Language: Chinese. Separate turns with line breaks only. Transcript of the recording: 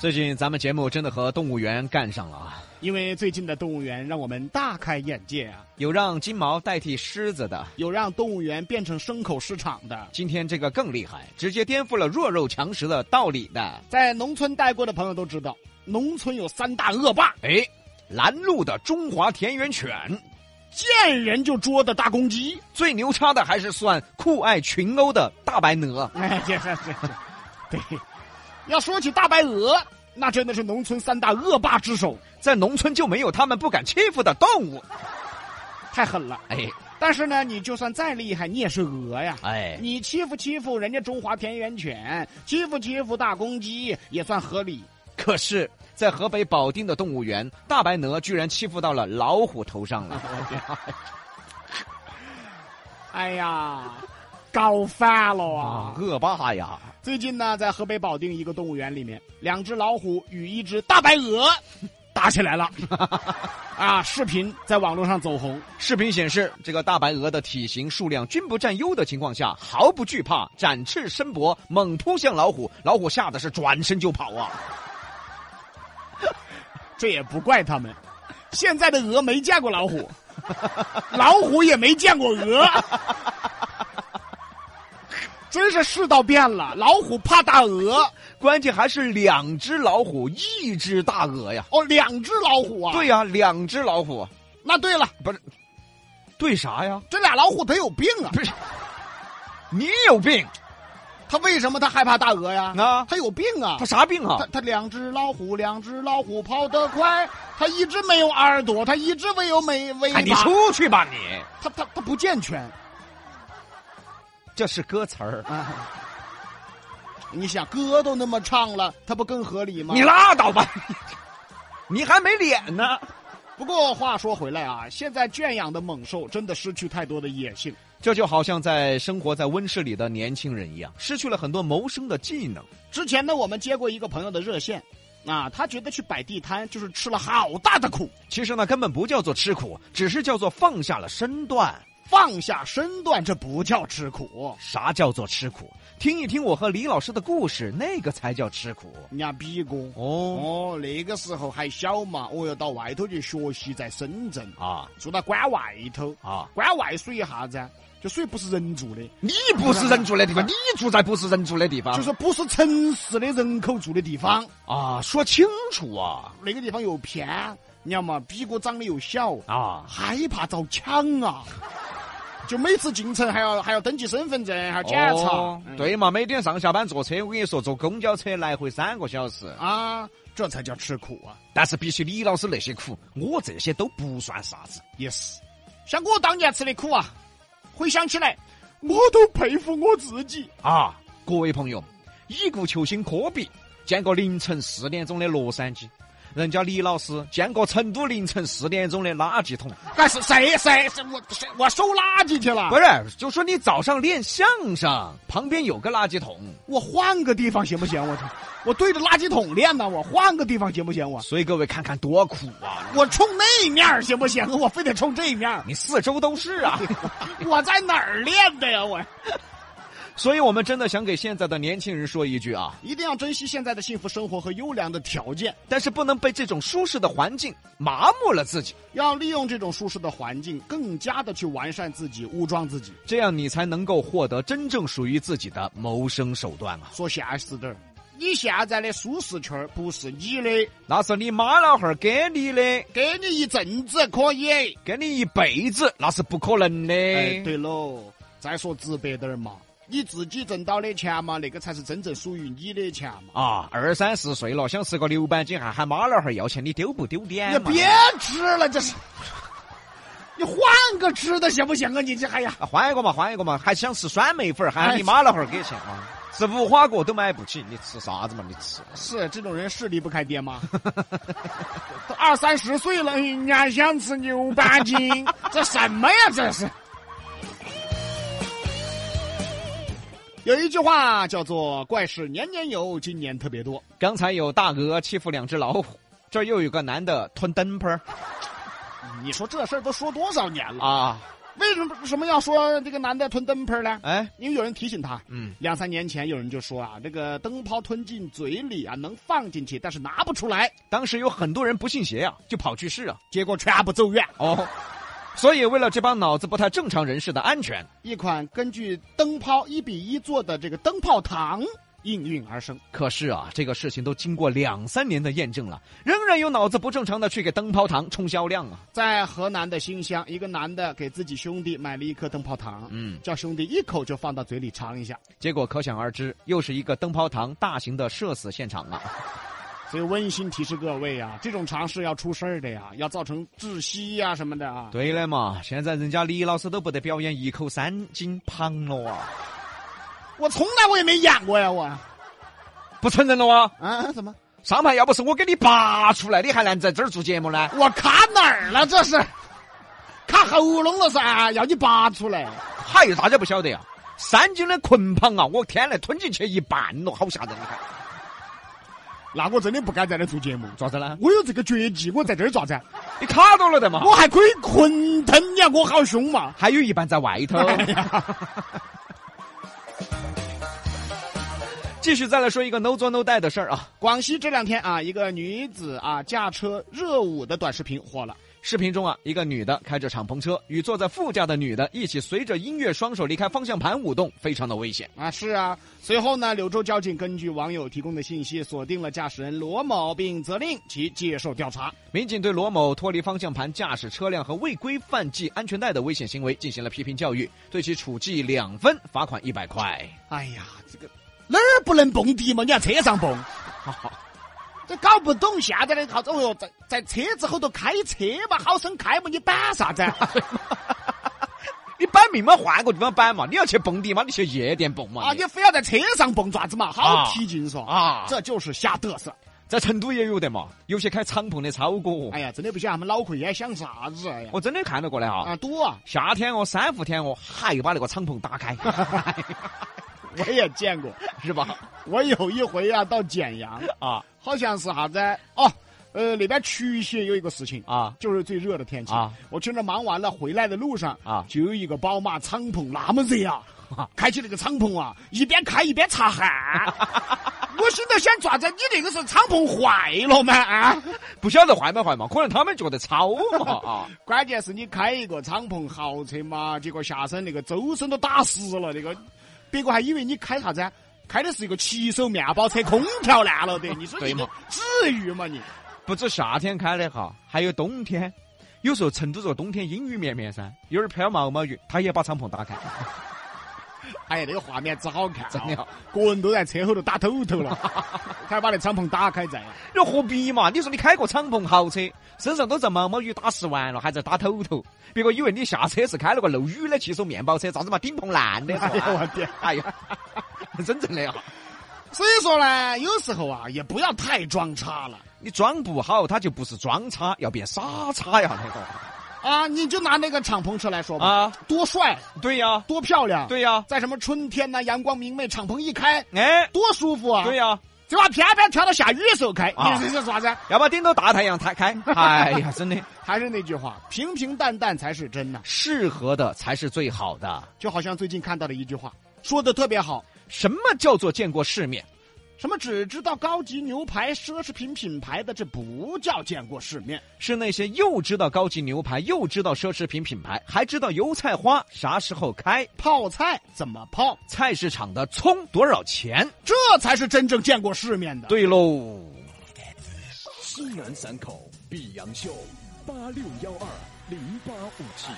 最近咱们节目真的和动物园干上了啊，
因为最近的动物园让我们大开眼界啊，
有让金毛代替狮子的，
有让动物园变成牲口市场的。
今天这个更厉害，直接颠覆了弱肉强食的道理的。
在农村待过的朋友都知道，农村有三大恶霸：
哎，拦路的中华田园犬，
见人就捉的大公鸡。
最牛叉的还是算酷爱群殴的大白鹅。
哎，这这这，这对。要说起大白鹅，那真的是农村三大恶霸之首，
在农村就没有他们不敢欺负的动物。
太狠了。
哎
但是呢，你就算再厉害，你也是鹅呀。
哎，
你欺负欺负人家中华田园犬，欺负欺负大公鸡也算合理。
可是，在河北保定的动物园，大白鹅居然欺负到了老虎头上了。
哎呀，搞反了
啊
啊！，
恶霸呀！
最近呢，在河北保定一个动物园里面，两只老虎与一只大白鹅 打起来了。啊，视频在网络上走红。
视频显示，这个大白鹅的体型、数量均不占优的情况下，毫不惧怕，展翅伸脖，猛扑向老虎。老虎吓得是转身就跑啊！
这也不怪他们。现在的鹅没见过老虎，老虎也没见过鹅，真是世道变了。老虎怕大鹅，
关键还是两只老虎，一只大鹅呀！
哦，两只老虎啊。，
对呀、两只老虎，啊
那对了，
对啥呀？
这俩老虎它有病啊！
不是，你有病
它为什么它害怕大鹅呀？
啊？
它有病啊
他！啥病
它
啊？
它两只老虎，两只老虎跑得快，它一只没有耳朵，它一只没有尾尾
哎，你
巴，
出去吧你！
它它它不健全。
这是歌词儿，
啊，你想歌都那么唱了，它不更合理吗？
你拉倒吧！ 你还没脸呢。
不过话说回来啊，现在圈养的猛兽真的失去太多的野性。
这就好像在生活在温室里的年轻人一样，失去了很多谋生的技能。
之前呢，我们接过一个朋友的热线，啊，他觉得去摆地摊就是吃了好大的苦，
其实呢，根本不叫做吃苦，只是叫做放下了身段。
放下身段，这不叫吃苦。
啥叫做吃苦？听一听我和李老师的故事，那个才叫吃苦。
人家逼哥，
哦
哦，那个时候还小嘛，我要到外头去学习，在深圳
啊
住到关外头，
啊！
关外属于啥子啊？就属于不是人住的，
你不是人住的地方，你住在不是人住的地方。
就是不是城市的人口住的地方。
啊，说清楚啊
那个地方又偏，你要嘛逼哥长得又小，
啊！
害怕遭抢啊！就每次进城还要还要登记身份证，还要检查。
哦
嗯
对嘛，每天上下班坐车，我跟你说，坐公交车来回三个小时。
啊，这才叫吃苦啊！
但是比起李老师那些苦，我这些都不算啥子。
也是，像我当年吃的苦啊，回想起来，我都佩服我自己。
啊，各位朋友，已故球星科比见过凌晨四点钟的洛杉矶，人家李老师见过成都凌晨四点钟的垃圾桶。
哎，是谁谁谁我谁我收垃圾去了
不？是，就说你早上练相声，旁边有个垃圾桶，
我换个地方行不行？我操！我对着垃圾桶练呢，我换个地方行不行？我
所以各位看看多苦啊！
我冲那面儿行不行？我非得冲这面儿。
你四周都是啊，
我在哪儿练的呀？我
所以我们真的想给现在的年轻人说一句啊，
一定要珍惜现在的幸福生活和优良的条件，
但是不能被这种舒适的环境麻木了自己，
要利用这种舒适的环境，更加的去完善自己、武装自己。
这样你才能够获得真正属于自己的谋生手段啊！
说现实点儿，你现在的舒适圈儿不是你的，
那是你妈老汉儿给你的。
给你一阵子可以。
跟你一辈子那是不可能的。
哎，对喽，再说直白点儿嘛，你自己挣到的钱嘛，那个才是真正属于你的钱嘛。
啊，二三十岁了，想吃个牛板筋，还喊妈老汉儿要钱，你丢不丢脸
你
嘛？啊
别吃了，这是， 你换个吃的行不行啊？你这哎呀，
啊换一个嘛，换一个嘛，还想吃酸梅粉儿，还
哎
喊你妈老汉儿给钱啊！吃无花果都买不起，你吃啥子嘛？你吃
是这种人是离不开爹妈，都 二三十岁了，人家想吃牛板 筋，这什么呀？这是。有一句话叫做“怪事年年有，今年特别多
刚才有大鹅欺负两只老虎，这儿又有个男的吞灯泡儿”。
你说这事儿都说多少年了？
啊！
为什么为什么要说这个男的吞灯泡呢？
哎，
因为有人提醒他，
嗯，
两三年前有人就说啊，这个灯泡吞进嘴里啊，能放进去，但是拿不出来，
当时有很多人不信邪呀、就跑去试啊。
结果全部走远。
哦，所以为了这帮脑子不太正常人士的安全，
一款根据灯泡一比一做的这个灯泡糖应运而生。
可是啊，这个事情都经过两三年的验证了，仍然有脑子不正常的去给灯泡糖冲销量啊。
在河南的新乡，一个男的给自己兄弟买了一颗灯泡糖，
嗯，
叫兄弟一口就放到嘴里尝一下。
结果可想而知，又是一个灯泡糖大型的社死现场啊。
所以温馨提示各位啊，这种尝试要出事儿的呀，要造成窒息呀、什么的啊。
对了嘛，现在人家李老师都不得表演一口三斤胖了啊，
我从来我也没演过呀，我
不承认了啊。
啊怎么？
上盘要不是我给你拔出来，你还能在这儿做节目呢？
我卡哪儿了？这是卡喉咙了噻，要你拔出来。
嗨，大家不晓得呀、啊三斤的捆绑啊，我天呐，吞进去一半了，好吓人！啊！
那我真的不该在这做节目，
咋子呢？
我有这个绝技，我在这儿咋子？
你卡到了的嘛？
我还可以捆疼呀，我好凶嘛！哎
还有一半在外 头。继续再来说一个 no 做 no 带的事儿啊。
广西这两天啊，一个女子啊驾车热舞的短视频火了。
视频中啊，一个女的开着敞篷车，与坐在副驾的女的一起随着音乐双手离开方向盘舞动，非常的危险。
啊，是啊。随后呢，柳州交警根据网友提供的信息，锁定了驾驶人罗某，并责令其接受调查。
民警对罗某脱离方向盘驾驶车辆和未规范系安全带的危险行为进行了批评教育，对其处记两分，罚款一百块。
哎呀，这个哪儿不能蹦迪嘛？你在车上蹦，这搞不懂现在的靠哦哟，在在车子后头开车嘛，好生开嘛，你摆啥 子？
你摆明嘛，换个地方摆嘛，你要去蹦迪嘛，你去夜店蹦嘛。
啊，你非要在车上蹦爪子嘛？好
啊
皮筋嗦！
啊，这
这就是瞎嘚瑟。
在成都也有的嘛，有些开敞篷的超哥，
哎呀，真的不晓得他们脑壳烟想啥子哎呀！
我真的看到过的哈。
啊，赌啊，
夏天哦，三伏天哦，嗨，把那个敞篷打 开，
我也见过。
是吧？
我有一回啊，到简阳，
啊
好像是啥子哦，呃，那边衢县有一个事情，
啊
就是最热的天气
啊。
我去那忙完了，回来的路上
啊
就有一个宝马敞篷，那么热 啊，开起那个敞篷啊，一边开一边擦汗。 我心头想爪子，你那个是敞篷坏了吗？啊，
不晓得坏没坏嘛，可能他们觉得吵嘛啊。
关键是你开一个敞篷豪车嘛，结果下身那个周身都打湿了，那个别个还以为你开啥子啊？开的是一个骑手面包车，空调烂了的，你说
对
你
嘛
这至于吗你？
不止夏天开的哈，还有冬天。有时候成都这个冬天阴雨绵绵噻，有点飘毛毛雨，他也把敞篷打开，
哎呀，那个画面只好看、
真的啊。
个人都在车后头打抖头 了，他还把那敞篷打开在。
这何必嘛？你说你开个敞篷豪车，身上都在毛毛雨打湿完了，还在打抖头，别个以为你下车是开了个漏雨的骑手面包车，咋子嘛顶棚烂的？
哎呀，我天！
哎呀， 真正的啊，
所以说呢，有时候啊，也不要太装叉了
你装不好，他就不是装叉，要变傻叉呀！那个
啊！你就拿那个敞篷车来说吧，
啊，
多帅，
对呀，
多漂亮，，
对呀，
在什么春天呐、阳光明媚，敞篷一开，
哎，
多舒服啊！
对呀，
这把偏偏挑到下雨的时候开，
啊
你这是啥子？
要不顶到大太阳才开。哎呀，真的，
还是那句话，平平淡淡才是真呐、
适合的才是最好的。
就好像最近看到的一句话，说的特别好，
什么叫做见过世面？
什么只知道高级牛排、奢侈品品牌的，这不叫见过世面。
是那些又知道高级牛排，又知道奢侈品品牌，还知道油菜花啥时候开，
泡菜怎么泡，
菜市场的葱多少钱。
这才是真正见过世面的。
对喽，
西南散口碧阳秀八六幺二零八五七。